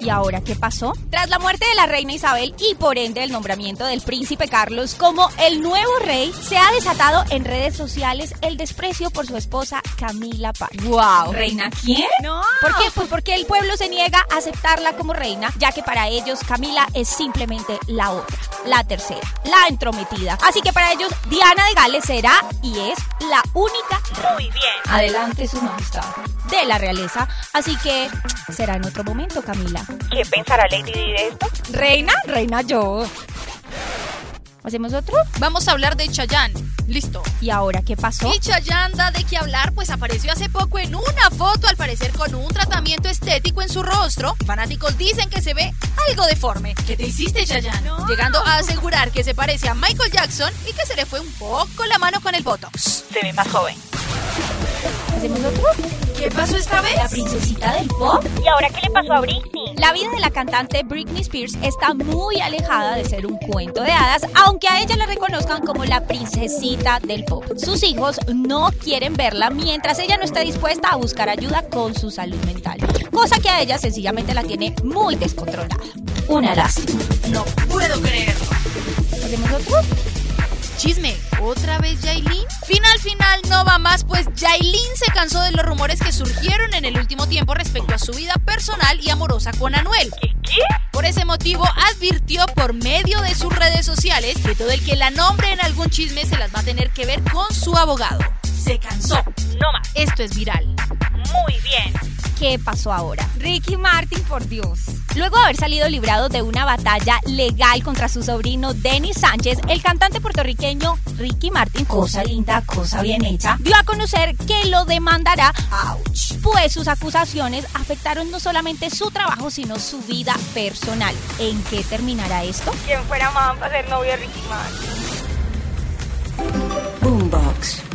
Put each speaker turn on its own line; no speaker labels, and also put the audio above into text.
¿Y ahora qué pasó? Tras la muerte de la reina Isabel y por ende el nombramiento del príncipe Carlos como el nuevo rey, se ha desatado en redes sociales el desprecio por su esposa Camila Parr.
¡Wow! ¿Reina quién?
No. ¿Por qué? Pues porque el pueblo se niega a aceptarla como reina, ya que para ellos Camila es simplemente la otra, la tercera, la entrometida. Así que para ellos Diana de Gales será y es la única
Muy bien. Adelante, su majestad.
de la realeza. Así que será en otro momento, Camila.
¿Qué pensará Lady Di de esto?
¿Reina? Reina yo. ¿Hacemos otro?
Vamos a hablar de Chayanne. Listo.
¿Y ahora qué pasó?
Y Chayanne da de qué hablar, pues apareció hace poco en una foto, al parecer con un tratamiento estético en su rostro. Fanáticos dicen que se ve algo deforme. ¿Qué te hiciste, Chayanne? Llegando a asegurar que se parece a Michael Jackson y que se le fue un poco la mano con el Botox.
Se ve más joven.
¿Hacemos otro?
¿Qué pasó esta vez? La princesita del pop.
¿Y ahora qué le pasó a Britney?
La vida de la cantante Britney Spears está muy alejada de ser un cuento de hadas, aunque a ella la reconozcan como la princesita del pop. Sus hijos no quieren verla mientras ella no está dispuesta a buscar ayuda con su salud mental, cosa que a ella sencillamente la tiene muy descontrolada. Una lástima.
No puedo creerlo.
¿Hacemos otro?
Chisme, ¿otra vez Yailin? Final, final, no va más, pues Yailin se cansó de los rumores que surgieron en el último tiempo respecto a su vida personal y amorosa con Anuel.
¿Qué qué?
Por ese motivo, advirtió por medio de sus redes sociales que todo el que la nombre en algún chisme se las va a tener que ver con su abogado. Se cansó.
No más.
Esto es viral.
Muy bien.
¿Qué pasó ahora? Ricky Martin, por Dios. Luego de haber salido librado de una batalla legal contra su sobrino Denis Sánchez, el cantante puertorriqueño Ricky Martin, cosa linda, cosa bien hecha, dio a conocer que lo demandará, ouch, pues sus acusaciones afectaron no solamente su trabajo, sino su vida personal. ¿En qué terminará esto?
¿Quién fuera mamá para ser novio de Ricky Martin?
Boombox.